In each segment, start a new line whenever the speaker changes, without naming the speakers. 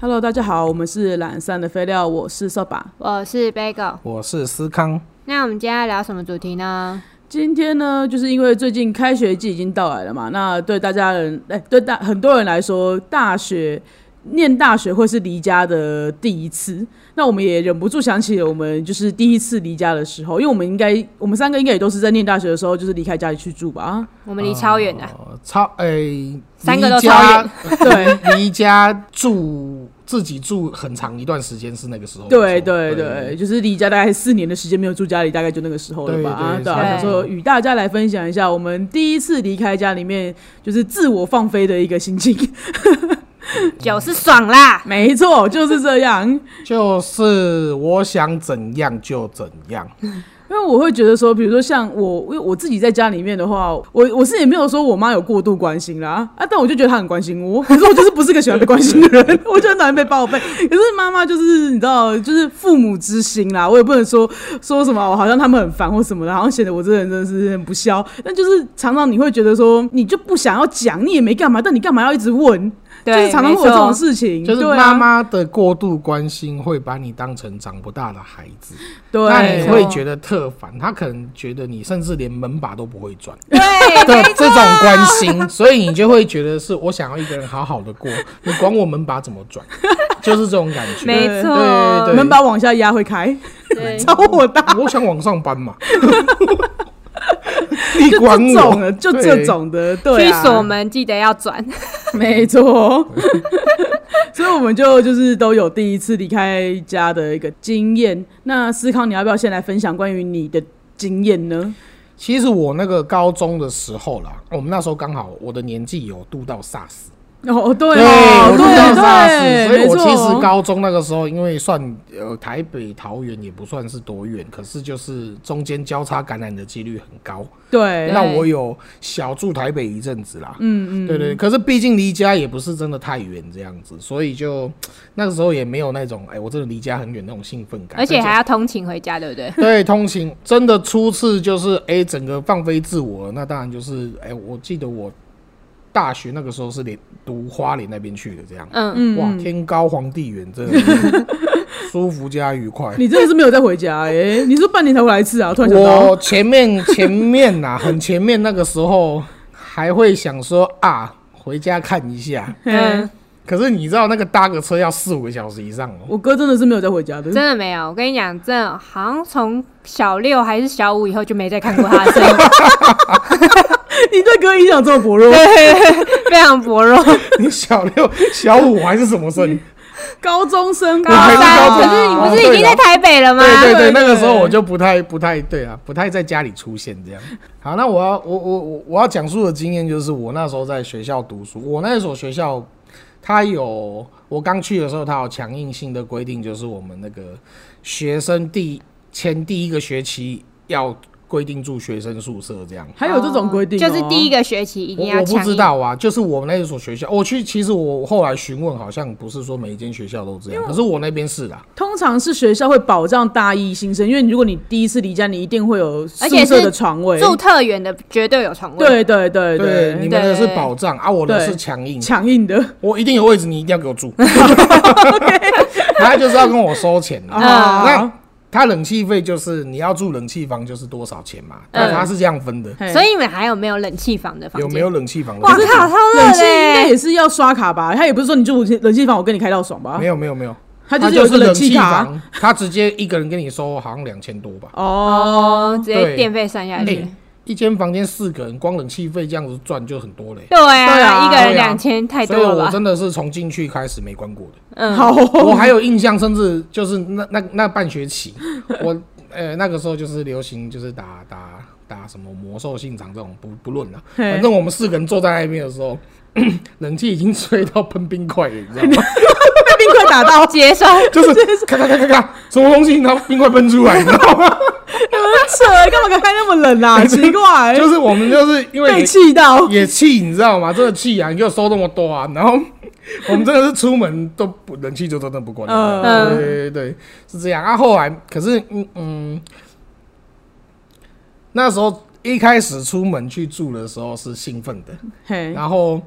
Hello，大家好，我们是懒散的废料，我是扫把。
我是 Bagel。
我是思康，
那我们今天要聊什么主题呢？
今天呢，就是因为最近开学季已经到来了嘛，那对大家人，哎、对大很多人来说，大学念大学会是离家的第一次。那我们也忍不住想起了我们就是第一次离家的时候，因为我们应该，我们三个应该也都是在念大学的时候，就是离开家里去住吧。
我们离超远
啊
的、
呃超诶，
三个
离
都
家
对，
离家住自己住很长一段时间是那个时候，
对
没错
对对，就是离家大概四年的时间没有住家里，大概就那个时候了吧？啊
对对
对啊，
对
想说与大家来分享一下我们第一次离开家里面，就是自我放飞的一个心情。
酒是爽啦，
没错，就是这样。
就是我想怎样就怎样，
嗯因为我会觉得说，比如说像我，因为我自己在家里面的话，我我是也没有说我妈有过度关心啦，啊，但我就觉得她很关心我，可是我就是不是个喜欢被关心的人， 我就很讨厌被报备。可是妈妈就是你知道，就是父母之心啦，我也不能说说什么，哦我好像他们很烦或什么的，好像显得我这个人真的是很不孝。但就是常常你会觉得说，你就不想要讲，你也没干嘛，但你干嘛要一直问？就
对，
是常常
没
会有这种
错，
事情，
就是
对啊
妈，妈的过度关心会把你当成长不大的孩子，
对，啊
那你
没
会
错
觉得特烦，他可能觉得你甚至连门把都不会 转
对，
啊
的这种关心，所以你就会觉得是我想要一个人好好的过，你管我门把怎么转，就是这种感觉，
没错，
对对
门把往下压会开，
对
超火大。
我想往上搬嘛， 你管
这种
我
的，就这，种的，对
去
啊，
锁门记得要转，
没错。 所以我们就就是都有第一次离开家的一个经验。那思康，你要不要先来分享关于你的经验呢？
对其实我那个高中的时候啦，我们那时候刚好我的年纪有度到 SARS，
哦，对
我
哦，
度到 SARS，
对
所以
对，
我
没错
其实高中那个时候，因为算呃台北、桃园也不算是多远，可是就是中间交叉感染的几率很高。
对，
那我有小住台北一阵子啦，
嗯嗯，
对对，可是毕竟离家也不是真的太远这样子，所以就那个时候也没有那种哎、我真的离家很远那种兴奋感，
而且还要通勤回家，对不对？
对，通勤真的初次就是哎、整个放飞自我了。那当然就是哎、我记得我大学那个时候是连读花莲那边去的，这样，
嗯，
嗯，
哇，
嗯
天高皇帝远，真的 是舒服加愉快。
你真的是没有再回家哎？你是不是半年才回来一次啊？突然想到，
我前面前面呐、很前面那个时候还会想说啊，回家看一下。
嘿
嗯，
可是你知道那个搭个车要四五个小时以上哦，
我哥真的是没有再回家的
真。的没有。我跟你讲，真的好像从小六还是小五以后就没再看过他的身影，
你对哥印象这么薄弱？
非常薄弱。
你小六、小五还是什么生？
高中生，
高
还是
三，
高中
可是你不是已经在台北了吗？
对对
对
对，那个时候
对
我就不太不太对啊，不太在家里出现这样。好，那我要我我我我要讲述的经验就是，我那时候在学校读书，我那所学校它有我刚去的时候，它有强硬性的规定，就是我们那个学生第前第一个学期要规定住学生宿舍这样。
还有这种规定哦，
就是第一个学期一
我
定要
我不
强
知
硬。
道啊，就是我们那所学校，我去其实我后来询问，好像不是说每一间学校都这样，可是我那边是啦。
通常是学校会保障大一新生，因为如果你第一次离家，你一定会有宿舍的床位。
住特远的绝对有床位，
对对对
对，你
对，
们的是
对
保障啊，我的
对
是强硬，
强硬的
我一定有位置，你一定要给我住。 然后就是要跟我收钱啊。那
啊。
他冷气费就是你要住冷气房就是多少钱嘛，
嗯
但他是这样分的，
所
以
以你们还有没有冷气房的房间？
有没有？冷气房的
哇
分？
靠，超热欸
冷气应该
嘞！
也是要刷卡吧？他也不是说你住冷气房，我跟你开到爽吧
没？有没有没有，
他
他
是有一
是
个冷
气
气卡
房，他直接一个人跟你收好像两千多吧，
哦。
哦，直接
对
电费算下去
哎。一间房间四个人，光冷气费这样子赚就很多嘞。
对
对
啊，
啊
一个人
对啊
两千太
所
多
以
了
我
吧？
真的是从进去开始没关过的。
嗯，
好，
我还有印象，甚至就是那那那半学期，我 呃那个时候就是流行就是打打打什么魔兽信长这种不不论了、
嘿
反正我们四个人坐在那边的时候， 冷气已经吹到喷冰块了，你知道 吗？
被冰块打到，
接受。
就是咔咔咔咔咔，什么东西，然后冰块喷出来，你知道吗？
扯，干嘛敢开那么冷啊？奇怪，
就是我们就是因为
被
也
气到。
也气，你知道吗？真的气啊！你给我收那么多啊！然后我们真的是出门都不冷气就真的不关。
嗯
对对对对，是这样。啊，后来可是嗯嗯，那时候一开始出门去住的时候是兴奋的，
嘿，
然后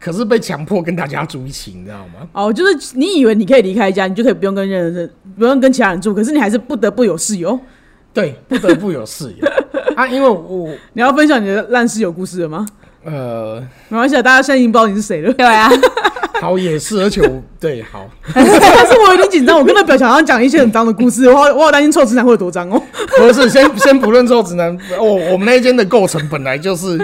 可是被强迫跟大家住一起，你知道吗？
哦，就是你以为你可以离开家，你就可以不用跟任何人、不用跟其他人住，可是你还是不得不有室友。
对，不得不有室友啊，因为我
你要分享你的烂室友故事了吗？
呃，
没关系，啊，大家现在已经不知道你是谁了。
对啊，
好也是，而且我对好，
但是我有点紧张，我跟那表想要讲一些很脏的故事，我好我好担心臭直男会有多脏哦。
不是先先不论臭直男，我我们那一间的构成本来就是，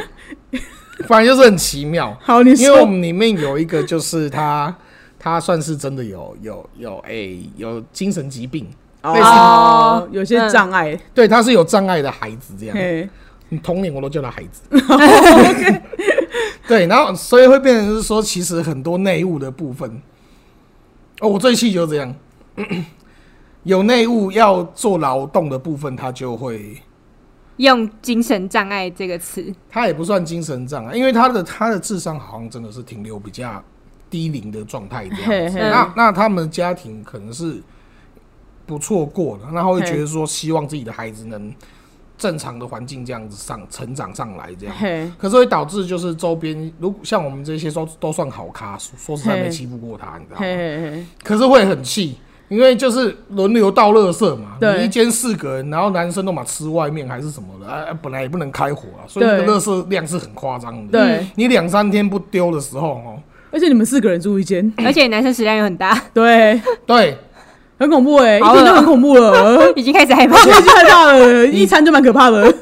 反正就是很奇妙，
好，你
因为我
说
们里面有一个就是他，他算是真的有有有诶、有精神疾病， 类似
哦，有些障碍，
对，他是有障碍的孩子这样。
嘿，哦
你童年我都叫他孩 子。对，然后所以会变成是说，其实很多内务的部分，哦，我最气就是这样， 有内务要做劳动的部分，他就会。
用精神障碍这个词，
他也不算精神障碍，因为他的他的智商好像真的是停留比较低龄的状态这样子。
嘿嘿
那那他们家庭可能是不错过的，那他会
嘿
觉得说希望自己的孩子能正常的环境这样子上成长上来这样。
嘿，
可是会导致就是周边，如果像我们这些都都算好咖，说说实在没
嘿
欺负过他，你知道
嘿
吗？
嘿嘿，
可是会很气，因为就是轮流倒垃圾嘛，
对
你一间四个人，然后男生都嘛吃外面还是什么的，啊，啊本来也不能开火啊，所以那
对
个垃圾量是很夸张的。
对，
你两三天不丢的时候哦，
而且你们四个人住一间，
嗯
而且男生食量又很 大，
对，
对，
很恐怖哎，一
好
天
恶
就很恐 怖了，
已经开始害怕
我。已经害怕了，一餐就蛮可怕的，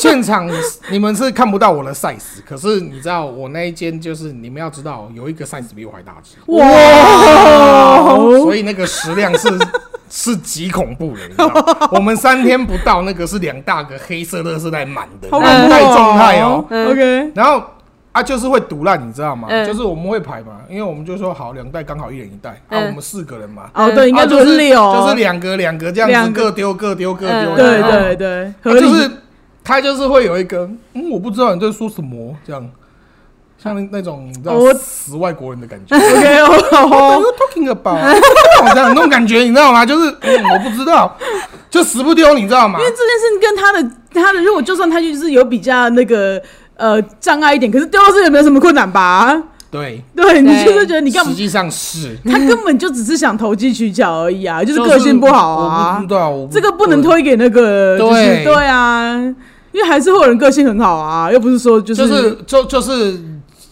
现场你们是看不到我的 size，可是你知道我那一间就是你们要知道有一个 size 比我还大只，
哇，
所以那个食量是 是极恐怖的，你知道吗？我们三天不到，那个是两大个黑色垃圾袋满的，
好恐怖哦
两袋状态哦。
嗯
，OK，
然后啊，就是会毒烂，你知道吗？
嗯
就是我们会排嘛，因为我们就说好两袋刚好一人一袋，啊，
嗯
我们四个人嘛，
哦，对，应该
啊
就
就是
六，
就是两个两个这样子
两个
各丢各丢各丢，
嗯
对
这样
对对，合
啊就
理，
是他就是会有一个，嗯，我不知道你在说什么，这样。像那种你知道
哦我
死外国人 的感觉
OK
，What
哦
are，you talking about？这样那种感觉，你知道吗？就是、嗯、我不知道，就死不丢，你知道吗
因？为这件事跟他的他的，如果就算他就是有比较那个呃障碍一点，可是丢到这也没有什么困难吧？
对，
对你
对
就是觉得你干嘛
实？际上是，
他根本就只是想投机取巧而已啊，就是个性不好
我
啊
不知，道，我
这个不能推给那个，
对
就是对啊，因为还是会有人个性很好啊，又不是说就
就是是就就是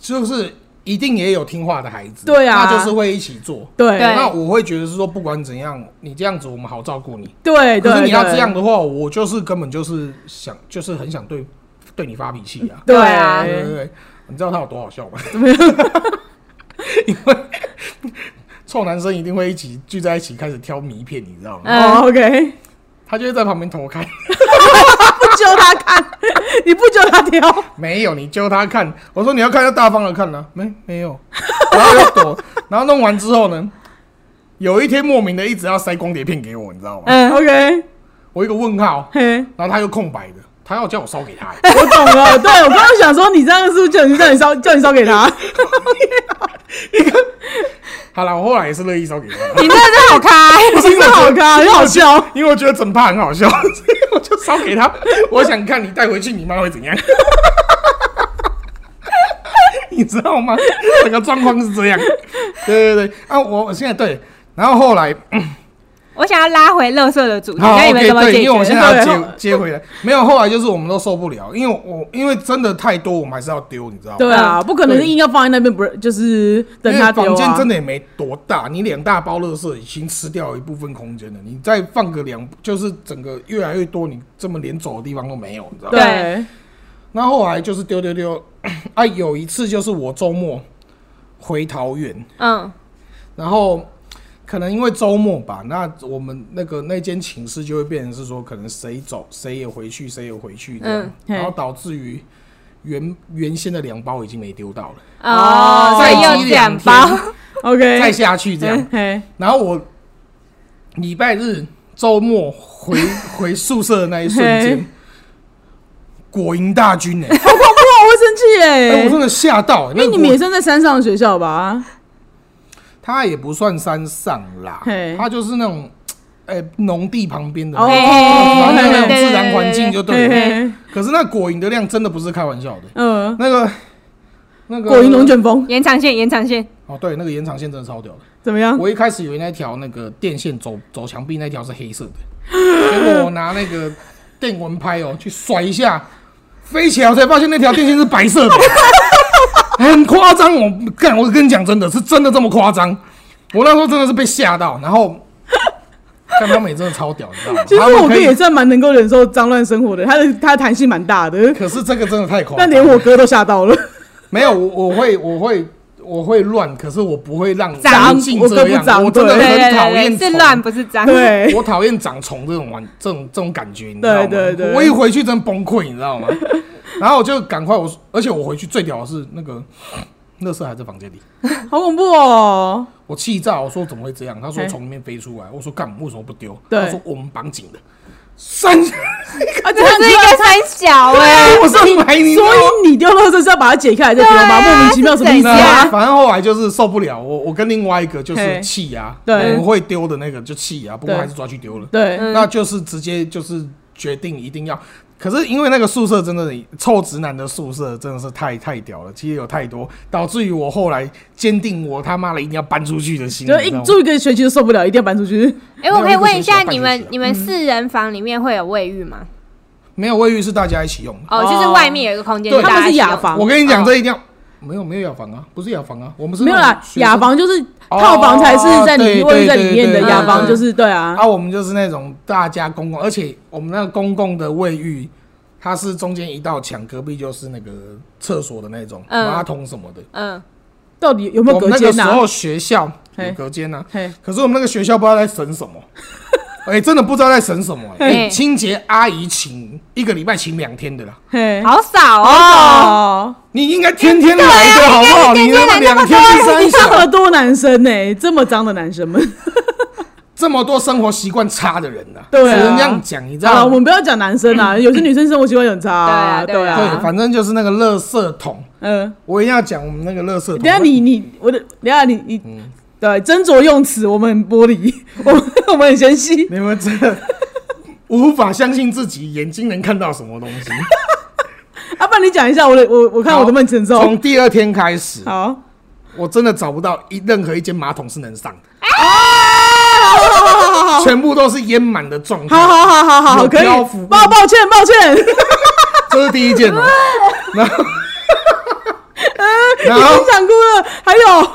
就是一定也有听话的孩子，
对啊
那就是会一起做。
对
对
那我会觉得是说，不管怎样，你这样子我们好照顾你。
对
可是
对，
你要这样
对
的话，我就是根本就是想，就是很想对对你发脾气啊。
对
对啊
对对对，你知道他有多好笑吗？因为 臭男生一定会一起聚在一起开始挑迷片，你知道吗？
嗯
哦，OK，
他就会在旁边偷看。
不揪他看， 你不揪他挑，
没有，你揪他看。我说你要看就大方的看了、啊没没有， 然后就躲，然后弄完之后呢，有一天莫名的一直要塞光碟片给我，你知道吗？
嗯，
，OK，
我一个问号，
嘿。
然后他又空白的，他要叫我烧给他，
我懂了，对我刚刚想说，你这样是不是叫你叫你烧叫你烧给 他？
好了，我后来也是乐意烧给他，
你真的是好欸开，
真的好看，很好笑。
因为我觉得整趴很好笑，所以我就烧给他。我想看你带回去，你妈会怎样？ 你知道吗？整个状况是这样。对对对，啊，我我现在对，然后后来。
我想要拉回乐色的主题，
好
那你们
，OK，
怎么
对，
解
因为我现
决？
在要
对
接接回来，没有，后来就是我们都受不了，因为我因为真的太多，我们还是要丢，你知道吗？
对啊，不可能硬要放在那边，不是就是等
嗯因
他
为
丢
房间
啊
真。的也没多大，你两大包垃圾已经吃掉一部分空间了，你再放个两，就是整个越来越多，你这么连走的地方都没有，你知道吗？
对
对，
那后来就是丢丢丢， 啊，有一次就是我周末回桃园，
嗯，
然后可能因为周末吧，那我们那个那间寝室就会变成是说，可能谁走谁也回去，谁也回去这样，
嗯
嘿
然后导致于原原先的两包已经没丢到了，
哦
哦，所以
再
又
积
两
两
包，
，OK，
再下去这样，
嘿，
然后我礼拜日周末回 回宿舍的那一瞬
嘿
间，果蝇大军哎、欸
哇，哦我会生气
哎我
耶！
真的吓到、欸，
因为
那
你
果
们也算在山上的学校吧？
它也不算山上啦
嘿，
它就是那种，哎，农地旁边的
哦
那种，反正那种自然环境就
嘿
对了。
嘿，
可是那果蝇的量真的不是开玩笑的，
嗯，
那个那个
果蝇龙卷风
延长线，延长线，
哦，对，那个延长线真的超屌的。
怎么样？
我一开始以为那条那个电线走走墙壁那条是黑色的，结果我拿那个电蚊拍哦去甩一下，飞起来我才发现那条电线是白色的， 很夸张。我干，我跟你讲，真的是真的这么夸张。我那时候真的是被吓到，然后看他们也真的超屌，你知道吗？
其实
他们
我哥
可以
也算蛮能够忍受脏乱生活的，他的他的弹性蛮大的，
可是这个真的太夸
但
张。
连我哥都吓到了。
没有，我我会我会我会乱，可是我不会让
脏
环境
我
这
更不
样，
脏
我真的
对对
很讨
对
厌
对，
虫
是乱不是脏。
对，
啊我讨厌长虫这种玩这种这种感觉，你知道吗？
对对对
我一回去真崩溃，你知 道吗？然后我就赶快我，而且我回去最屌的是那个，乐色还在房间里，
好恐怖 哦！
我气炸，我说怎么会这样？他说
嘿
从里面飞出来，我说干为什么不丢？
哎对
他说我们绑紧的，三，
啊，
这是一个三小哎、
我上来你知道
哦所
吗
以你丢垃圾是要把它解开来再丢吗？
对啊
莫名其妙什么意思
是怎样
啊？
那反正后来就是受不了，我我跟另外一个就是
嘿
气呀，我
对
们会丢的那个就气呀，不过
对
还是抓去丢了。
对，
嗯
那就是直接就是决定一定要。可是因为那个宿舍真的臭直男的宿舍真的是太太屌了，其实有太多，导致于我后来坚定我他妈的一定要搬出去的心。
就
你
一
知道吗
住一个学期就受不了，一定要搬出去。
哎、我可以问一下
没有那
你们
个是小半学期啊，
你们四人房里面会有卫浴吗？
没有卫浴是大家一起用的。
哦，
哦
就是外面有一个空间，
对
大
他
家
们是
一起用
雅，房，啊
我跟你讲，
哦
这一定要没有没有雅房啊，不是雅房啊，我们是
没有啦
那种，学生
雅房就是
哦
套房才是在
对
你卫浴在里面的
对
对
雅房，
对
就是对啊，
啊，我们就是那种大家公共，而且我们那个公共的卫浴，它是中间一道墙，隔壁就是那个厕所的那种
嗯
马桶什么的。
嗯，
到底有没有
我
隔
们那个
间
时
呐？
候学校有
嘿
隔间呐、啊，
嘿，
可是我们那个学校不知道在省 什么，哎、真的不知道在省什么、哎
嘿
清洁阿姨请一个礼拜请两天的啦，
嘿，
好少哦，
哎哦，
你应该天天来
啊
的好不好？你那么两天是三
这么
小，
多男生呢，这么脏的男生们，
这么多生活习惯差的人呐、
对啊
只能这样讲，你知
好了，
道
我
吗？
们不要讲男生啊啦，有些女生生活习惯很差啊，
对啊对啊
对，
啊，
反正就是那个垃圾桶，
嗯，
我一定要讲我们那个垃圾桶。
等一下你你我的，等一下你你。对，斟酌用词，我们很玻璃，我们我们很纤细。
你们真的无法相信自己眼睛能看到什么 东西。
阿爸，你讲一下我的，我我看我能不能承受。
从第二天开始，
好，
我真的找不到一任何一间马桶是能上的，全部都是淹满的状
哦好
态，
好好好好，
有
可以
漂浮。
抱抱歉抱歉，
这是第 一件哦。然后，然
已
后
经想哭了。还有，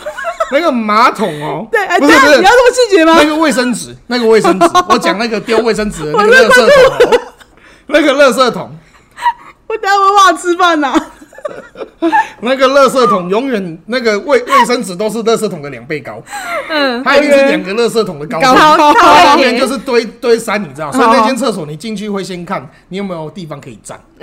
那个马桶哦，
对，哎，
不
等一
是
下
不
你
是
要这么细节吗
那？个卫生纸，那个 卫生纸，我讲那个丢卫生纸的那
我
个
在
垃圾桶哦，那个垃圾桶，
我等一下我忘了吃饭呐。
那个垃圾桶永远那个卫卫生纸都是垃圾桶的两倍高，
嗯，
它一定是两个垃圾桶的高
高
度。
超
好
超
好
它
特
那边
别，
就是堆堆山，你知道，所以
好
那
好
间厕所你进去会先看你有没有地方可以站，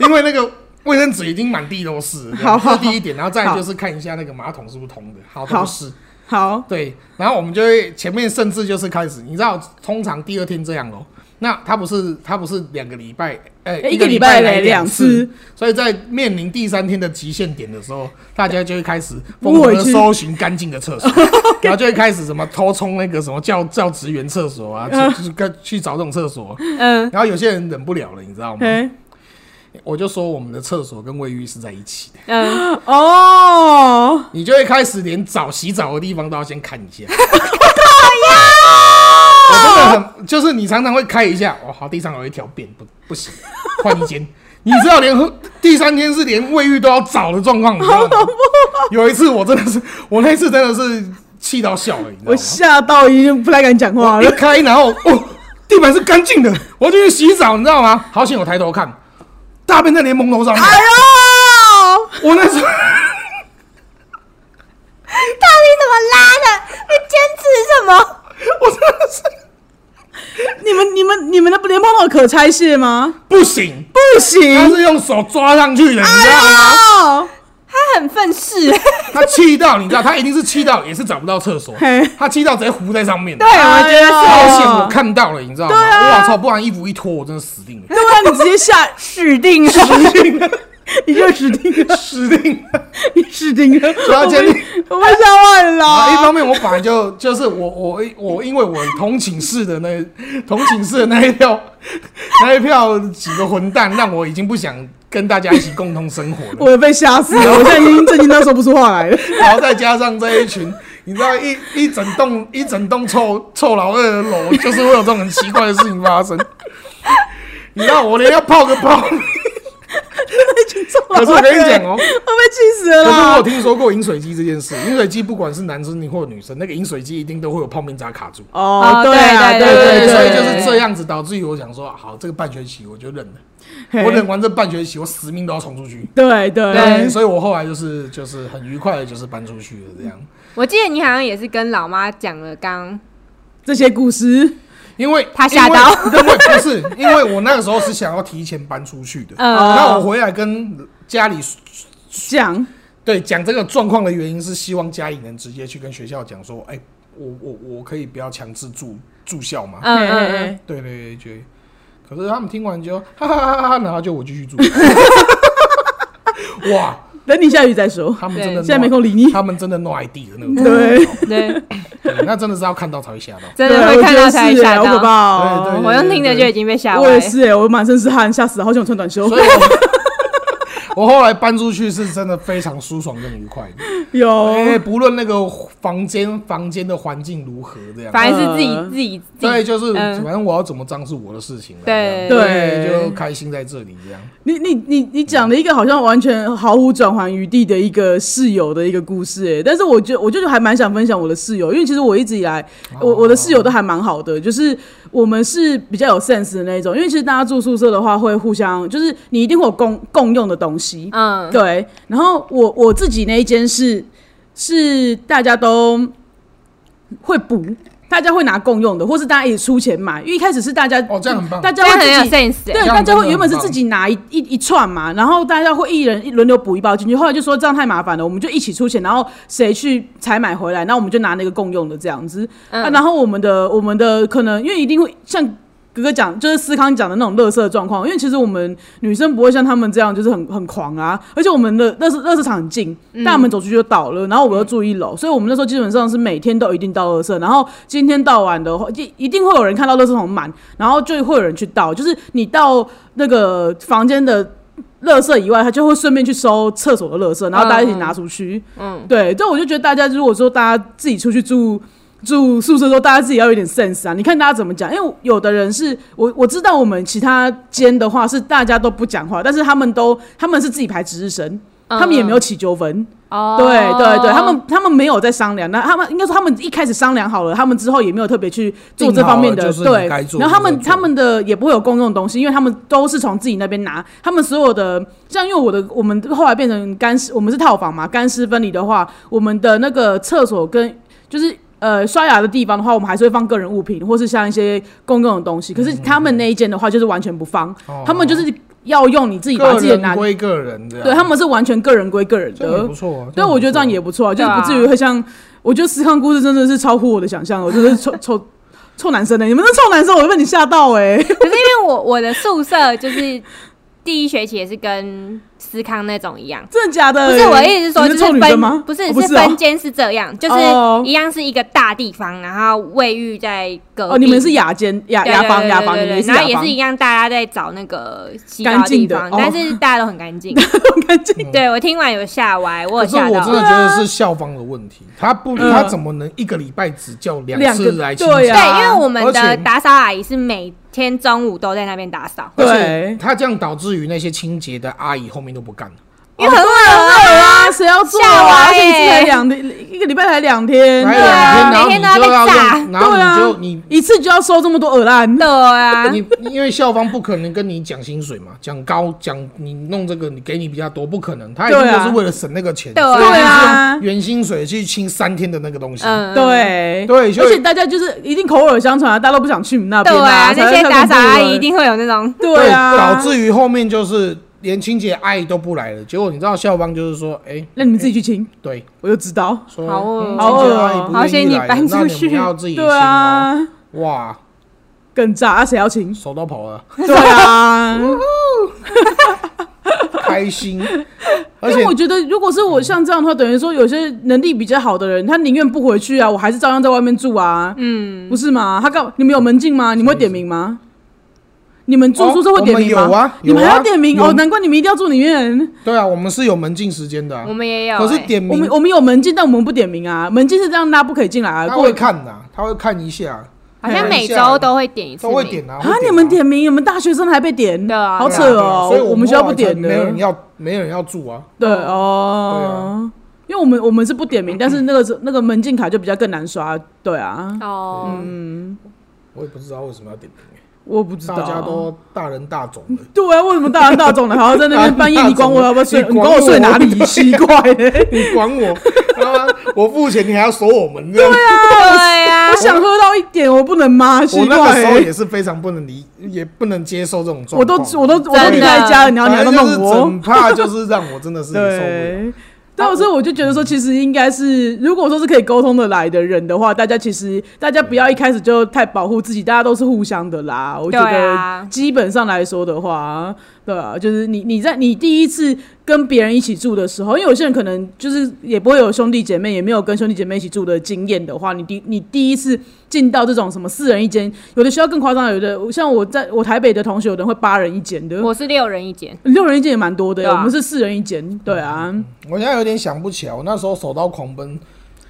因为那个卫生纸已经满地都是了。
好好
这是第一点，然后再来
好
就是看一下那个马桶是不是通的，好
好
都是。
好，
对，然后我们就会前面甚至就是开始，你知道，通常第二天这样哦。那他不是他不是两个礼拜，呃、
一个
一个
礼拜
拜
来
来
两
次
次，
所以在面临第三天的极限点的时候，大家就会开始疯
不
狂的
委屈
搜寻干净的厕所，然后就会开始什么偷冲那个什么教教职员厕所啊，去就是跟去找这种厕所。
嗯，
然后有些人忍不了了，你知道吗？
嘿，
我就说我们的厕所跟卫浴是在一起的，
嗯，
哦，
你就会开始连找洗澡的地方都要先看一 下。我真的很，就是你常常会开一下，哦，好，地上有一条便，不不行，换一间。你知道连喝第三天是连卫浴都要找的状况，你知道吗？有一次我真的是，我那次真的是气到笑了，你知道
我
吗？
吓到已经不太敢讲话
一
了。
开，然后哦，地板是干净的，我就去洗澡，你知道吗？好险，我抬头看，大便在连蒙头上面。
哎呦，
我那时候。
到底怎么拉的？你坚持什么？
我真的是
你们你们你们的连蓬头可拆卸吗？
不行，
不
他
行。
是用手抓上去的，你知道吗？
哦，
他很愤世，对
他气到，你知道，他一定是气到，也是找不到厕所
嘿，
他气到直接糊在上面。
我觉得
哎
是
呦
好险我看到了，你知道吗？我操，不然衣服一脱，我真的死定 了，
对啊，你直接 下，
死定了。
死定了，
你就死定了，
死定了。
你死定了。
主要
我
建立
被我被吓坏了
然啊后一
啦。
方面，我本来就就是我我我，因为我同寝室的那同寝室的那一票那一票几个混蛋，让我已经不想跟大家一起共同生活的。
我被吓死了，我现在已经震惊到说不出话来了。
然后再加上这一群，你知道一一整栋一整栋臭臭老二的楼，就是会有这种很奇怪的事情发生。你知道我连要泡个泡，可是我跟你讲哦、
我被气死了
可是我有
啦。
听说过饮水机这件事，饮水机不管是男生或女生，那个饮水机一定都会有泡面渣卡住。
哦，
哦
对啊，
对
对
对
对，
所以就是这样子，导致于我想说，好，这个半学期我就认了，
嘿
我忍完这半学期，我死命都要冲出去。
对对
对，所以我后来就是就是很愉快的，就是搬出去了这样。
我记得你好像也是跟老妈讲了刚
这些故事，
因为
他吓到
因为因为不是，因为我那个时候是想要提前搬出去的。
呃
那我回来跟家里
讲
对讲这个状况的原因是，希望家里能直接去跟学校讲说，哎、我我我可以不要强制住住校嘛？
嗯
嘿嘿
嗯嗯，
嘿
对对对对。可是他们听完就哈哈哈哈哈，然后就我 继续住。哇，
等你下雨再说，
他们真的
现在没空理你。
他们真的 no idea 的那个
对，
对，
对，那真的是要看到才会吓到。
真的会看到才
对我觉得是欸
吓
好可
到。
怕哦。
对对
我用听着就已经被吓
我
歪
也。是哎、我满身是汗，吓死了，好想穿短袖
所。以我 我后来搬出去是真的非常舒爽跟愉快的，
有，
哎、不论那个房间房间的环境如何这样。
反正是自己
呃
自己自
对，
己，
就是
嗯
反正我要怎么脏是我的事情了。啊
对
这
对
样对，就开心在这里这样。
你你你你讲了一个好像完全毫无转圜余地的一个室友的一个故事、欸，但是我觉我就还蛮想分享我的室友，因为其实我一直以来，我我的室友都还蛮好的，就是我们是比较有 sense 的那一种，因为其实大家住宿舍的话会互相，就是你一定会有共共用的东西，
嗯，
对，然后我我自己那一间是是大家都会补，大家会拿共用的，或是大家一起出钱买，因为一开始是大家
哦，这样很棒。
大
这
家
样
会
很有
自己。
sense
对，
欸。
这样
大家
真
会
的很
原本是
棒
自己拿一一一串嘛，然后大家会一人一轮流补一包进去，后来就哦说这样太麻烦了，我们就一起出钱，然后谁去采买回来，那我们就拿那个共用的这样子。啊，
嗯
然后我们的我们的可能因为一定会像哥哥讲，就是思康讲的那种乐色状况，因为其实我们女生不会像他们这样，就是很很狂啊，而且我们的乐色乐色场很近，
嗯
大门走出去就到了，然后我又住一楼，所以我们那时候基本上是每天都一定到乐色，然后今天到晚的话，一一定会有人看到乐色桶满，然后就会有人去倒，就是你到那个房间的。垃圾以外，他就会顺便去收厕所的垃圾，然后大家一起拿出去。
嗯，
对，这我就觉得大家如果说大家自己出去住住宿舍的时候，大家自己要有点 sense 啊。你看大家怎么讲，因为有的人是我我知道我们其他间的话是大家都不讲话，但是他们都他们是自己排值日生。
嗯
他们也没有起纠纷，
哦，
对对对，他们他们没有在商量，那他们应该说他们一开始商量好了，他们之后也没有特别去做这方面
嗯定
的
好了就是
对
你该，做
然后他们
就该做
他们的也不会有公用东西，因为他们都是从自己那边拿，他们所有的像因为我的我们后来变成干湿，我们是套房嘛，干湿分离的话，我们的那个厕所跟就是。呃，刷牙的地方的话，我们还是会放个人物品，或是像一些公用的东
嗯
西。可是他们那一间的话，就是完全不放，
哦
他们就是要用你自己把
个
自己的拿
人，归个人这样。
对他们是完全个人归个人
这样也
的
不。错啊。
对，我觉得这样
也
也不错啊，就
对
是
啊
不至于会像，我觉得思康故事真的是超乎我的想象，我就是 臭臭臭男生呢、欸你们这臭男生，我会被你吓到哎、
可是因为我我的宿舍就是第一学期也是跟思康那种一样，
真的假的？欸
不是我的意思是说，
哎你
就是
臭女生吗
分？不是
哦不
是
是哦
分间是这样，就是
哦
一样是一个大地方，然后卫浴在隔壁。
哦，你们是雅间雅
对
雅房
对对
雅房，
对
你
对
们是
然后也
雅
是一
房，
样，大家在找那个洗澡
干净
地
的
方，
哦
但是大家都很干净。
干净。
对我听完有吓歪，我有
可是
吓
我
到
真。的觉得是校方的问题，他不，
嗯
他怎么能一个礼拜只叫
两
两
个
次来清
对
洁？
啊
对，因为我们
而
的
且
打扫阿姨是每天中午都在那边打扫，
对
而且他这样导致于那些清洁的阿姨后面都不干了。
因为很
对
恶
哦啊，谁要做
吓歪
啊？而且你
欸
才两天，一个礼拜才两天，
来
对啊
啊
两天，然后你就要
每天都要被炸
用，然
对啊
后你就
一次就要收这么多耳烂，
的啊！
你你因为校方不可能跟你讲薪水嘛，讲高讲你弄这个你给你比较多，不可能，他一定
对啊
就是为了省那个钱，
对
所以
对啊
用原薪水去清三天的那个东西。
嗯，
对
对
而
所以
且大家就是一定口耳相传啊，大家都不想去你们那
对
边
啊，那
才太
些打
恐怖
扫阿
了
姨一定会有那种
对啊，
导致于后面就是连清洁阿姨都不来了。结果你知道校方就是说，哎、
那你们自己去清，
对，
我就知道。
说
好哦
嗯
好
清洁
哦
阿姨不
好
愿
险
意
你
来
搬
那
出
你
去
们要自己清
对
哦。
啊，
哇，
更炸啊！谁要 请？
手都 跑了，
对 啊，
开心，而
因
且
为我觉得，如果是我像这样的话，等于说有些能力比较好的人，他宁愿不回去啊，我还是照
嗯
样在外面住啊，嗯，不是吗？他干？你们有门禁吗？你们会点名吗？你你们住宿舍会点名吗？
哦我们有啊
你们
有啊
还要点名
有
哦，难怪你们一定要住里面。
对啊，我们是有门禁时间的啊、
我们也有、
可是
欸
点
我
名
们我们有门禁，但我们不点名啊。门禁是这样，拉不可以进来啊。
他
过
会看的、他会看一下，
好像每周都会点一次
都
名，
会点啊。
啊
会，
你们点名，你们大学生还被点，
对啊
好
对啊
扯
对啊
哦。
所以
我
们
们学校不
后来才
点
没有人
的，
要，没有人要住啊。
对哦。因为我们我们是不点名，但是那个那个门禁卡就比较更难刷，对啊，
哦，
我也不知道为什么要点名，
我不知道，啊
大家都大人大种的。
对啊，为什么大人大众的还要在那边 半夜？你管我要不要睡？
你
你
管
管我睡哪里？
我
奇 怪欸、
你管我，他妈我付钱你还要锁我门？对啊，
对呀、
我想喝到一点，我不能吗？奇
我
怪
那个时候
欸、
也是非常不能理，也不能接受这种状况。
我都我都我都
真的
离开家了，你要你还要
反正就是
弄我
整？怕就是让我真的是很受不 了。
对。但所以我就觉得
嗯
说，其实应该是，如果说是可以沟通的来的人的话，大家其实大家不要一开始就太保护自己，大家都是互相的啦。我觉
对
得
啊
基本上来说的话，对啊，就是你你在你第一次跟别人一起住的时候，因为有些人可能就是也不会有兄弟姐妹，也没有跟兄弟姐妹一起住的经验的话，你第你第一次进到这种什么四人一间，有的学校更夸张，有的像我在我台北的同学，有的会八人一间的，
我是六人一间，
六人一间也蛮多的、
对啊
我们是四人一间，对啊。
我现在有点想不起来，我那时候手刀狂奔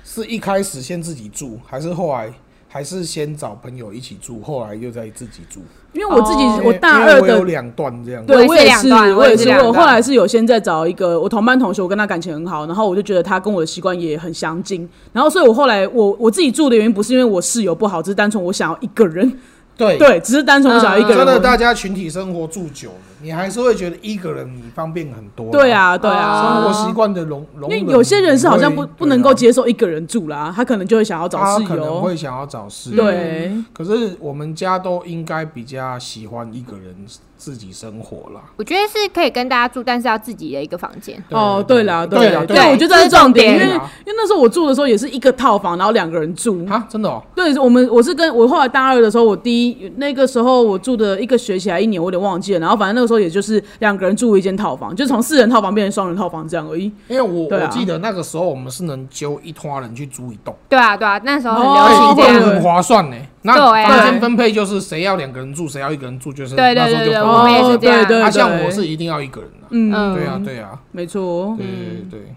是一开始先自己住，还是后来还是先找朋友一起住，后来又再自己住？
因为我自己
哦
我
因为
大
因为
二
我有
的，
两段这样。
对
我
也
也
是
是两，段
我
我也是
是，
两
我后
段
来是有先在找一个我同班同学，我跟他感情很好，然后我就觉得他跟我的习惯也很相近，然后所以我后来我我自己住的原因不是因为我室友不好，只是单纯我想要一个人，
对
对，只是单纯我想要一个人。
嗯
真的，大家群体生活住久了，你还是会觉得一个人你方便很多。
对，啊，对
生
啊，
活习惯的容容
因
忍
为有些人是好像不
会
不能够
对啊
接受一个人住啦，他可能就会想要找
他
室
可能
友。
会想要找室友。
对，
可是我们家都应该比较喜欢一个人自己生活啦。
我觉得是可以跟大家住，但是要自己的一个房间。
哦，对啦，
对
啦，
啦，
对，
啦
我觉得这是重点，因为
对
因
啦
为那时候我住的时候也是一个套房，然后两个人住，
啊，真的哦，
对，我们我是跟我后来大二的时候，我第一那个时候我住的一个学期还一年，我有点忘记了。然后反正那个时候也就是两个人住一间套房，就从四人套房变成双人套房这样而已。
因为我、
对啊
我记得那个时候我们是能揪一拖人去租一栋，哎
对啊，对啊，那时候很
哦
流行这
对
样。
对
很划算呢。那
对
房间分配就是谁要两个人住，谁要一个人住，就是
对
那
对
时候
对
就
对，
分
我们也
哦
是这样。
对
啊，像我是一定要一个人啊。
嗯，
嗯
对啊，对啊，
没错。哦
对对对。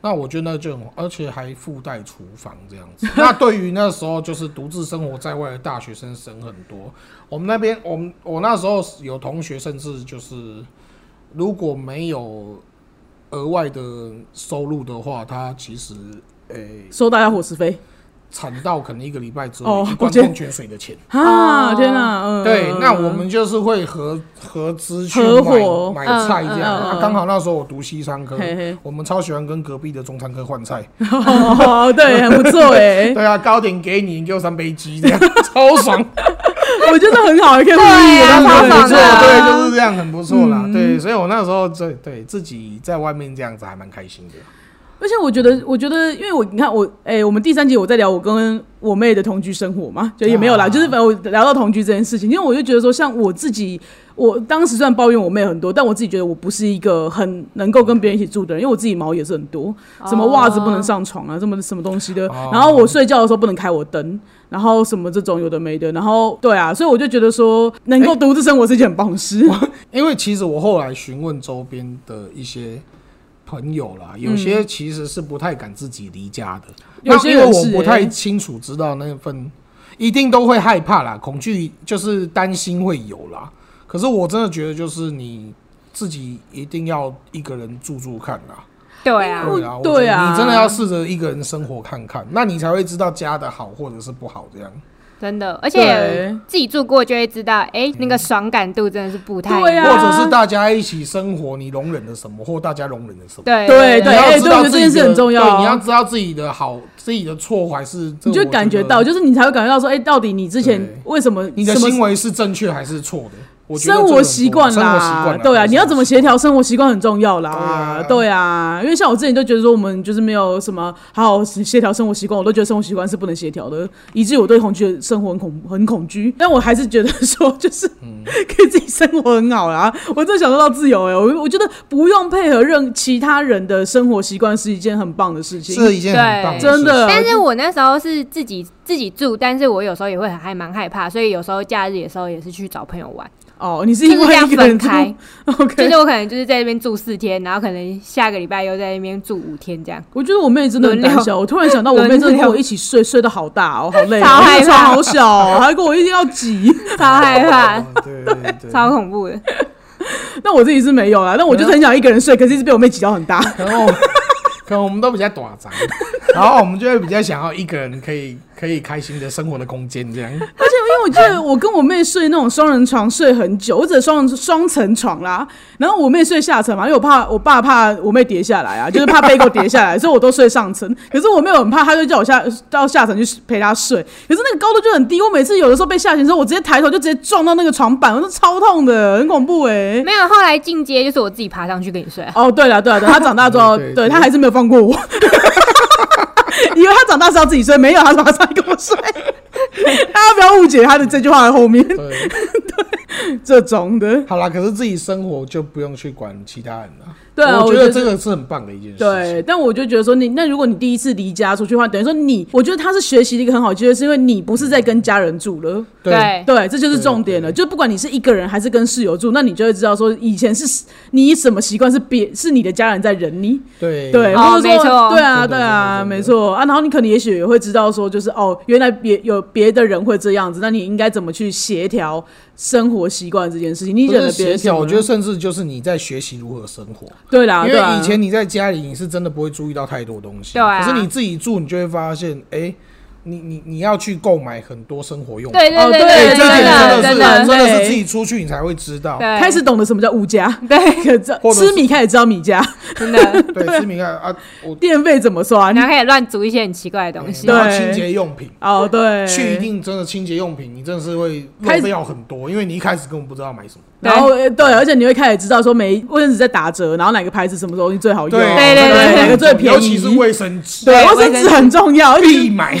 那我觉得那就很好，而且还附带厨房这样子。 那对于那时候就是独自生活在外的大学生省很多。我们那边，我们我那时候有同学，甚至就是如果没有额外的收入的话，他其实诶
收大家伙食费
惨到可能一个礼拜只
哦
有一罐
我觉得
矿泉水的钱。
啊！
哦
天哪，嗯，
对，
嗯
那我们就是会合合资去
合伙
买买菜这
嗯
样。
嗯嗯
啊刚好那时候我读西餐科
嘿嘿，
我们超喜欢跟隔壁的中餐科换菜。
哦，对，很不错 哎，
对啊，糕点给你，你给我三杯鸡，这样超爽。
我觉得很好，也可以互利
对啊
耶
超
很
爽
不
的
错，
啊嗯
对，就是这样，很不错啦。对，所以我那时候对对自己在外面这样子还蛮开心的。
而且我觉得，我觉得，因为我你看我，哎、我们第三集我在聊我跟我妹的同居生活嘛，就也没有啦，
啊
就是反正我聊到同居这件事情，因为我就觉得说，像我自己，我当时虽然抱怨我妹很多，但我自己觉得我不是一个很能够跟别人一起住的人，因为我自己毛也是很多，什么袜子不能上床啊，什么什么东西的，
哦
然后我睡觉的时候不能开我灯，然后什么这种有的没的，然后对啊，所以我就觉得说，能够独自生活是一件很棒的事，
因为其实我后来询问周边的一些朋友啦，有些
嗯
其实是不太敢自己离家的，
有
那
些
因为
人
我
是
不
欸
太清楚知道那份，一定都会害怕啦，恐惧就是担心会有啦。可是我真的觉得就是你自己一定要一个人住住看啦。
对啊，
对啊，我
对
觉得
啊
你真的要试着一个人生活看看，那你才会知道家的好或者是不好这样。
真的，而
对
且自己住过就会知道，哎，那个爽感度真的是不太一
对啊
样。
或者是大家一起生活，你容忍了什么，或大家容忍了什么。
对
对
你
对哎
要知道
对
自己的
这件事很重要啊
对，你要知道自己的好，自己的错还是这
你就
我
会感觉到，
得
就是你才会感觉到说，哎、到底你之前
对
为什么
你的
什么
行为是正确还是错的。我觉得
生
这
活
个
习惯
很重要生活习惯
啦
啦，
对啊，你要怎么协？调生活习惯很重要
对
啦
啊，
对啊，因为像我之前就觉得说我们就是没有什么好好协调生活习惯，我都觉得生活习惯是不能协调的，以至于我对同居的生活很恐很恐惧。但我还是觉得说，就是
嗯
可以自己生活很好啦，我真的享受到自由哎、我我觉得不用配合任其他人的生活习惯是一件很棒的事情，
是一件很
对
棒的事情，
真的。
但是我那时候是自己自己住，但是我有时候也会很还蛮害怕，所以有时候假日的时候也是去找朋友玩。
哦，你是因
就是这
为
样
一个人
分
住
开，就
，OK？
是我可能就是在那边住四天，然后可能下个礼拜又在那边住五天这样。
我觉得我妹真的很胆
轮
小，
流
我突然想到我妹
轮
真的跟我
流
一起睡，睡得好大 哦，好累哦，
超
那
害
个床
怕
好小哦，还跟我一定要 挤。
超害怕，
哦 对 对对，
超恐怖的。
那我自己是没有啦，但我就是很想一个人睡，可是一直被我妹挤到很
嗯
大。
可能我们 可能我们都比较短暂，然后我们就会比较想要一个人可以可以开心的生活的空间这样。
而且因为我记得我跟我妹睡那种双人床睡很久，我只双人双层床啦，然后我妹睡下层嘛，因为我怕我爸怕我妹跌下来啊，就是怕被狗跌下 来，所以我都睡上层。可是我妹很怕，她就叫我下到下层去陪她睡，可是那个高度就很低，我每次有的时候被下行的时候，我直接抬头就直接撞到那个床板，我都超痛的，很恐怖哎、
没有，后来进阶就是我自己爬上去跟你睡啊。
哦，对了对了，对她长大之后，
对对
对
对
她还是没有放过我。 以为她长大是要自己睡，没有，她马上跟我睡。大家不要误解她的这句话的后面。
对，
这种的。
好啦，可是自己生活就不用去管其他人了。
对啊，
我
我
觉得
是
这个是很棒的一件事情。
对，但我就觉得说你，那如果你第一次离家出去的话，等于说你，我觉得他是学习的一个很好的机会，是因为你不是在跟家人住了，
对，
对，这就是重点了。就不管你是一个人还是跟室友住，那你就会知道说，以前是你什么习惯是别是你的家人在忍你，
对
对，
哦
或者说
没错
对啊，
对对
对啊，
对对对
没错啊。然后你可能也许也会知道说，就是哦，原来别有别的人会这样子，那你应该怎么去协调生活习惯这件事情？你
不
忍
是
了别
协
人什
调，
么
我
呢
觉得甚至就是你在学习如何生活，
对啦，
因
对啊
为以前你在家里你是真的不会注意到太多东西，
对啊
可是你自己住，你就会发现，哎、你你你要去购买很多生活用品，
对
哦
对对
对
哎
对，
这点
对
的
真
对对
真
的是
的，
真的
对
是自己出去你才会知道，
对，
开始懂得什么叫物 价。
对，
可这
或者是
吃米开始知道米价，
真的，
对，吃米看啊，我
电费怎么 算
然？后开始乱煮一些很奇怪的东西
对。
然后清洁用品。
哦，对，
去一定真的清洁用品，你真的是会
开
浪
始
费掉很多，因为你一开始根本不知道买什么。
然后呃对，而且你会开始知道说每一卫生纸在打折，然后哪个牌子什么东西最好用，
对
对对对
哪个最便宜，
尤其是卫生纸，
对
对
卫生
卫
纸
生纸
很重要，而且
必 买。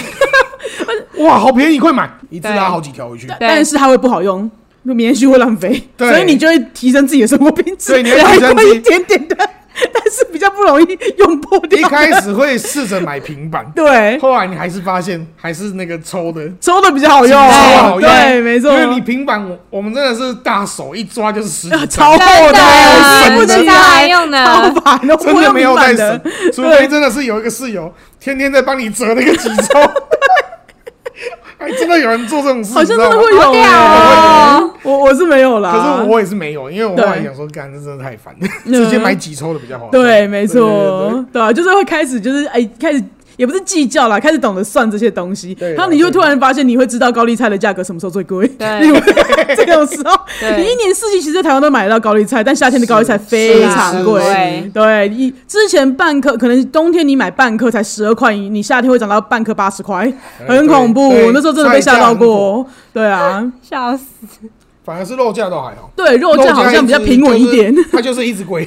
哇，好便宜，快买！一次拉好几条回去。
但是它会不好用。就棉絮会浪费，
对
所以你就会提升自己的生活品质，
对你会提升
还贵
自己
一点点的，但是比较不容易用破掉
一。开始会试着买平板，
对，
后来你还是发现还是那个抽的。
抽的比较好用
抽的
哦
好，用
对，没错，
因为你平板，我我们真的是大手一抓就是十
啊
几
超
张，
厚
真的
我
真
不
的
起
超
来，
好用的
超烦的，
真
我
的
用
没有
平板
在
的
省，， 除非真的是有一个室友天天在帮你折那个几抽， 还真的有人做这种事，
好像真的
你知道
会
吗啊
有、
好屌
欸
哦，
我我是没有啦。
可是我也是没有，因为我后来
对
想说，干这真的太烦，
嗯
直接买几抽的比较好。
对，没
对对
错，对啊，就是会开始就是哎、开始也不是计较啦，开始懂得算这些东西，
对啊
然后你就突然发现你会知道高丽菜的价格什么时候最贵。
对
例如这种时候，
对
你一年四季其实在台湾都买得到高丽菜，但夏天的高丽菜非常贵
是是。是
对，一之前半颗可能冬天你买半颗才十二块，你你夏天会涨到半颗八十块，很恐怖。
哎对
我那时候真的被吓到。
菜价很恐怖
过。对啊，
笑死！
反而是肉价倒还好，
对，肉价好像比较平稳一点。
就是它就是一直贵，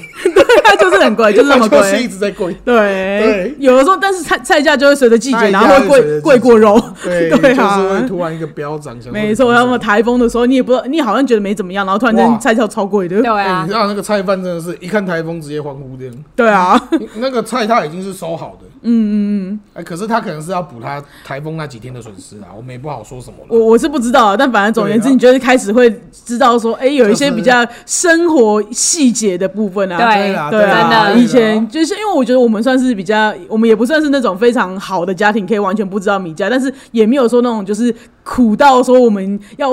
它就是很贵，就是那么
它就是一
贵。
直 在贵。
对，
对
有的时候，但是菜菜价就会随着季节，
它
哎然后会
一定要随
贵
着
贵过肉。
对，
对
就是会
啊，
突然一个飙涨。想说
没错。
哎
然后台风的时候，你也不知道，你好像觉得没怎么样，然后突然
哇
间菜价超贵的
对。啊
哎你知，道那个菜贩真的是一看台风直接欢呼这样，
对啊，
那个菜他已经是收好的，嗯嗯嗯，哎，可是他可能是要补他台风那几天的损失啊，我们也不好说什么了。
我我是不知道啊，但反正总而言之，
对啊
你就会开始会知道说，哎，有一些
就是
比较生活细节的部分啊，
对
对啦，
对
真
啊，
的
以前就是因为我觉得我们算是比较，我们也不算是那种非常好的家庭，可以完全不知道米家，但是也没有说那种就是苦到说我们要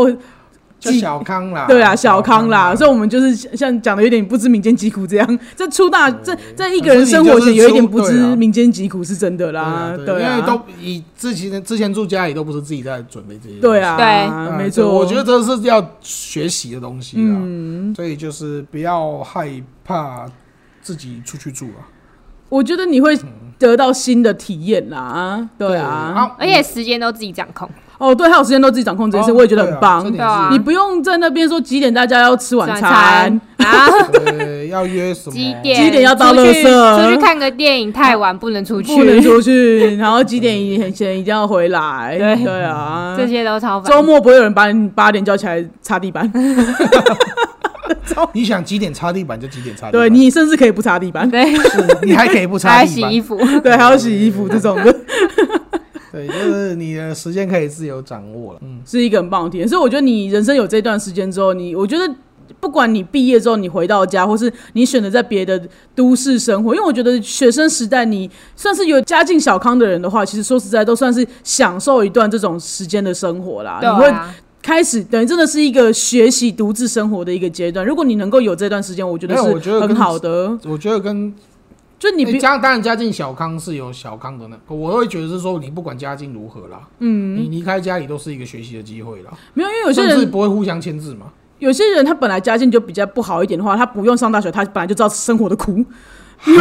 就小康啦，
对啊小康啦，所以我们就是像像讲的有点不知民间疾苦这
嗯
样，在出大在在一个人生活前有一点不知民间疾苦是真的啦，
啊对
对
因为
啊
都，以之前之前住家里都不是自己在准备这些东西，
对啊，
嗯
没错，嗯
对我觉得这是要学习的东西啊，所以就是不要害怕自己出去住啊，
我觉得你会得到新的体验
嗯
啦，对啊，
而且时间都自己掌控。
哦，对，还有时间都自己掌控这件事，我也觉得很棒。
啊哦对
啊
你不用在那边说几点大家要吃晚
晚
餐
餐，啊，
对，要约什么？
几点？
几点要倒
出
垃
去
圾
出去看个电影，太晚不能出去。
不能 出去，然后几点以前一定要回来。对对啊，
这些都超烦。
周末不会有人把你八点叫起来擦地 板，
你想几点擦地板就几点擦地
对
板，
你甚至可以不擦地 板，
对，
你还可以不
还
擦
要
地
洗
板
衣，服。
对，还要洗衣服这种的，
对，就是你的时间可以自由掌握了。嗯，
是一个很棒的体验。所以我觉得你人生有这段时间之后，你我觉得不管你毕业之后你回到家，或是你选择在别的都市生活，因为我觉得学生时代你算是有家境小康的人的话，其实说实在都算是享受一段这种时间的生活啦。
对
你会
啊，
开始等于真的是一个学习独自生活的一个阶段。如果你能够有这段时间，我觉得
没有我觉
是
得跟
很好的。
我觉得跟
就你
欸
不
家当然家境小康是有小康的那个，我会觉得是说你不管家境如何啦，嗯，你离开家里都是一个学习的机会啦，
没有，因为有些
甚至
人
不会互相牵制 嘛。
有些人他本来家境就比较不好一点的话，他不用上大学，他本来就知道生活的苦。
哈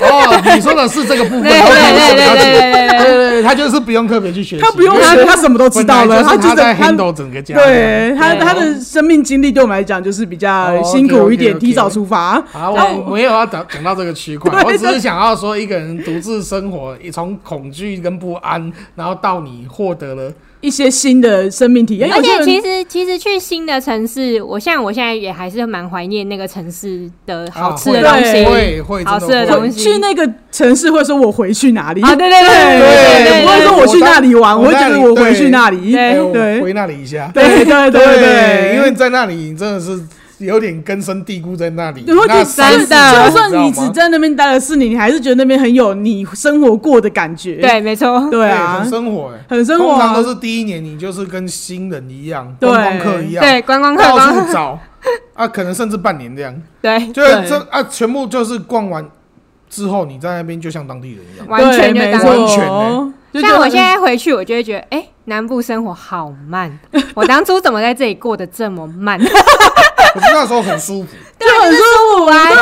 哦，你说的是这个部分，
对对对对对对对对
对对对，他就是不用特别去学习，
他不用学，他什么都知道了，
他
就是
在
他
handle 整个家，
对他
对
他的生命经历对我们来讲就是比较
哦
辛苦一点，
，OK，OK，OK
提早出发。
啊，
然后
我没有要讲讲到这个区块，我只是想要说，一个人独自生活，从恐惧跟不安，然后到你获得了，
一些新的生命体验，
而
有些
且其
人
实其实去新的城市，我像我现在也还是蛮怀念那个城市的好吃的
啊
东
对
西。
会会
好
真
吃的
会
东
会
西
去那个城市会说我回去哪里
啊，对对对对
对，
对
不会
对
说我去那里玩，
我
我会觉得我回去那里。
对
哎我
对
回那里一下，
对对对对，
因为在那里真的是有点根深蒂固在那里，
你会觉
那
得
三
真
十
的
年
就算你
知道
只
吗
在那边待了四年，你还是觉得那边很有你生活过的感觉。
对对，没错。
对
哎
啊
很，生活哎，
很生活
通
啊
常都是第一年你就是跟新人一样，
对
观光客一样，
对，观光客
到
光
处找 啊，可能甚至半年这样，
对，
就是这啊，全部就是逛完之后，你在那边就像当地人一样。
完全就
对没
当
错，
完全欸
就觉得
像我现在回去，我啊就会觉得，哎、南部生活好慢。我当初怎么在这里过得这么慢？
可是那时候很舒服，
就很舒服啊，
对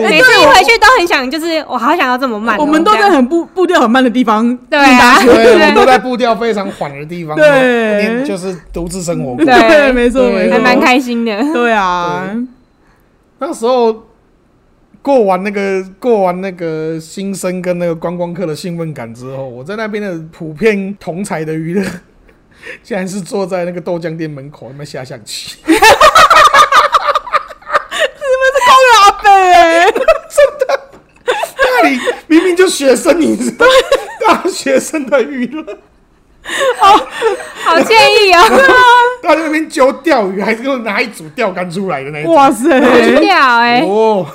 对，
每
哎
次一回去都很想，就是我好想要这么慢哦、
我们都
这
在
样
很步步调很慢的地方，
对啊，
对，我们都
对
在步调非常缓的地方，
对
连就是独自生活过。
对嗯
没错
对
没错，
还蛮开心 的。
对啊，
那时候过完那个过完那个新生跟那个观光客的兴奋感之后，我在那边的普遍同才的娱乐， 竟然是坐在那个豆浆店门口那边下象棋。
阿北 欸，
那里明明就学生，你知道，大学生的娱乐，
好建议哦、
他在那边教钓鱼，还是给我拿一组钓竿出来的那一种。
哇塞，
很屌哎、
哦，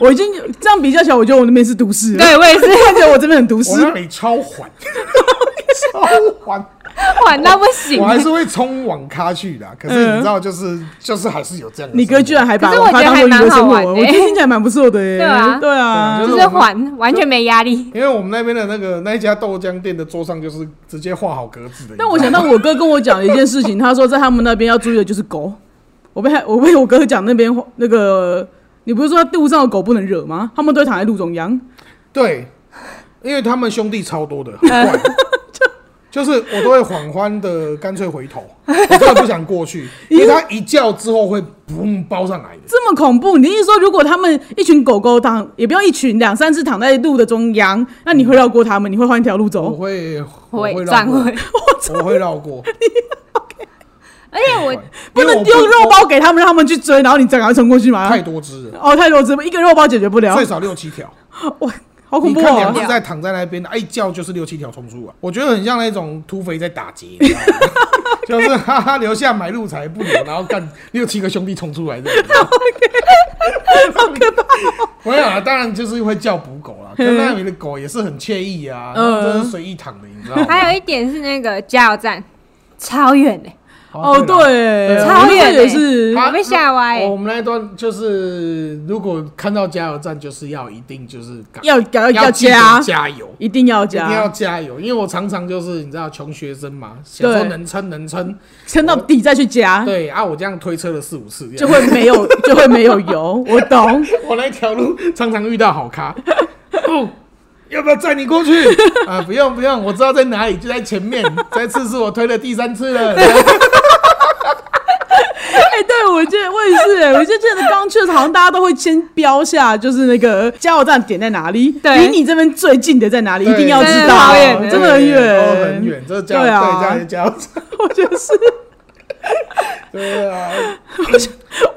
我已经这样比较起来，我觉得我那边是都市，，
对我也是
看起来我这边很都市
我，那里超缓， 超缓，
晚到不行
我。还是会冲网咖去的啊。可是
嗯
你知道，就是就是还是有这样的生活。
你啊哥居然还把
可是
我
我觉
他当
得还
做娱乐
蛮好
生活，
玩的
我觉得听起来蛮不错的耶，
对啊
对啊
对啊，
就是缓，完全没压力。
因为我们那边的那个那一家豆浆店的桌上就是直接画好格子的。
但我想到我哥跟我讲的一件事情，他说在他们那边要注意的就是狗。我被他我被我哥讲那边那个，你不是说路上的狗不能惹吗？他们都会躺在路中央。
对，因为他们兄弟 超多的，很怪。就是我都会缓缓的，干脆回头，我真的不想 过去，因为他一叫之后会嘣包上来的。
这么恐怖！你的意思说，如果他们一群狗狗躺，也不要一群，两三只躺在路的中央，那你会绕过他们，你会换一条路
我
走？
会，我
会
会绕
转
过
会，，
我会绕 过，
而且我
不
因为
能
我
丢肉包给他们，让他们去追，然后你再赶快冲过去嘛？
太多只了，
哦，太多只，一个肉包解决不了
最，少六七条。
哇，好 恐
你
怖
看两
哦！
只在躺在那边，哎一叫就是六七条冲出来，啊我觉得很像那种土匪在打劫，你知 道吗就是 哈哈留下买路财不留，然后干六七个兄弟冲出来的。
哦
没有啊，当然就是会叫捕狗啦，跟那里的狗也是很惬意啊，
嗯
真是随意躺的，你知道吗？
还有一点是那个加油站超远哎、
哦，
啦
对，
对
我那时
啊
候
超远
也
欸
是，
啊
我被吓歪、
我
欸。
们那一段就是，如果看到加油站，就是要一定就是赶
要要呃要
记得
加，
加油，
一定要
一定要
加，
加油，因为我常常就是你知道穷学生嘛，想说
对
能撑能撑，
撑到底再去加。
对啊，我这样推车了四五次，
就会没有，就会没有油。我懂，
我那条路常常遇到好 咖，哦，要不要载你过去啊？不用不用，我知道在哪里，就在 前面。这次是我推了第三次了，
哎、对我记得我也是、哎，我就记得刚去的时候，好像大家都会先标下，就是那个加油站点在哪里，
对
离你这边最近的在哪里，一
对
定要知
真的
道
好远，
真的很
对
远，
都很远，这加
对啊
对加加油站，
我觉得是，
对啊，
我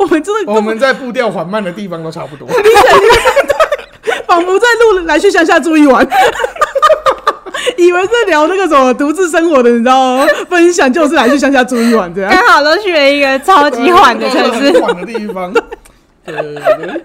们真的根
我
本
们在步调缓慢的地方都差 不多。
听起来就仿佛在录来去乡下住一晚。以为在聊那个什么独自生活的，你知道吗？分享就是来去乡下住一晚这样。
刚好都去了一个超级缓的城市
很。缓的地 方。对对对对，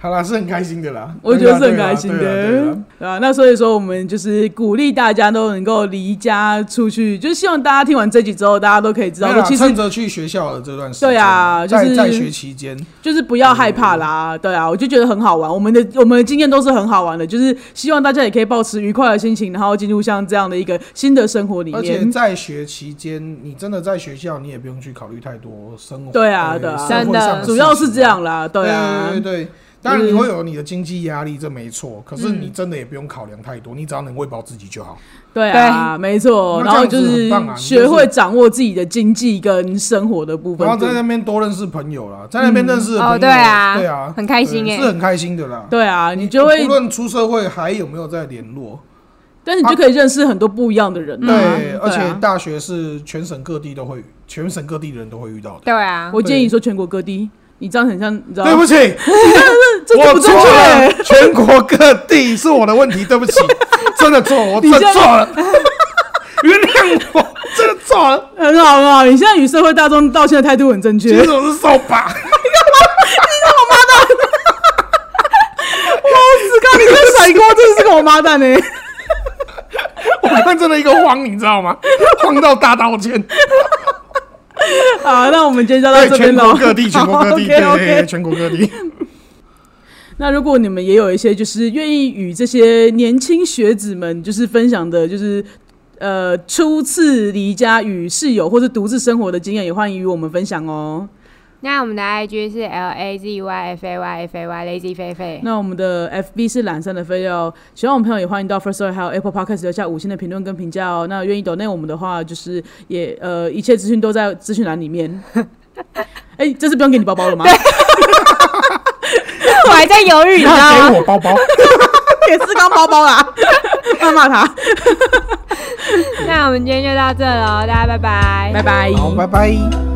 好啦，是很开心的啦，
我觉得是很开心的，
对啦对啦对啦
对啊，那所以说，我们就是鼓励大家都能够离家出去，就是希望大家听完这集之后，大家都可以知道
对
说，
啦
其实
趁着去学校的这段时间，
对啊就是
在在学期间，
就是不要害怕啦，
嗯
对啊，我就觉得很好玩。我们的我们的经验都是很好玩的，就是希望大家也可以保持愉快的心情，然后进入像这样的一个新的生活里
而且
面。
在学期间，你真的在学校，你也不用去考虑太多生活，
对啊
呃
对啊
社会上
真
的
的
主要是这
事
样啦，
情，
对啊
对，对对。当然你会有你的经济压力，这没错。可
嗯
是你真的也不用考量太多，你只要能喂饱自己就好。
对啊，没错。
那
然
这
后
样子
就
很
是
棒啊你就是
学会掌握自己的经济跟生活的部分
然后。在那边多认识朋友啦，在那边认识的朋
嗯
友，
哦，对啊，
对啊，
很开心
对
哎、
欸
是很开心的啦。
对啊，你就会
无，论出社会还有没有在联络，
但是你就可以认识很多不一样的人啊。
对，而
啊
且大学是全省各地都会，全省各地的人都会遇到的。
对啊，
我建议你说全国各地，你这样很像，你知道
对不
吗？
起，
啊这这
我
不
错
正确欸。
了，全国各地是我的问题，对不起，真的错，我真
你
的
这样
错了，原谅我，真的错 了，
很好很好，你现在与社会大众道歉的态度很正确。
其
我
实我是扫 把，
只看你这甩锅，真的是个王八
欸
蛋呢、
我刚刚真的一个慌，你知道吗？慌到大道歉，
好，那我们今天就到
对，
这
全
边
国
喽。
各地，全国 各地，对
OK
对，对
OK。
全国各地。
那如果你们也有一些就是愿意与这些年轻学子们就是分享的，就是呃初次离家与室友或是独自生活的经验，也欢迎与我们分享哦。
那我们的 IG 是 L A Z Y F A Y F A Y Lazy 菲菲。
那我们的 FB 是懒散的飞哦，喜欢我们朋友也欢迎到 First Story 还有 Apple Podcast 留下五星的评论跟评价哦。那愿意抖内我们的话，就是也呃一切资讯都在资讯栏里面。 哎、这是不用给你包包了吗？
我还在犹豫，你知
他
道
给
吗？
我包包，
也是刚包包 啦，骂骂他，
那我们今天就到这喽，大家拜拜，
拜拜，
好，拜拜。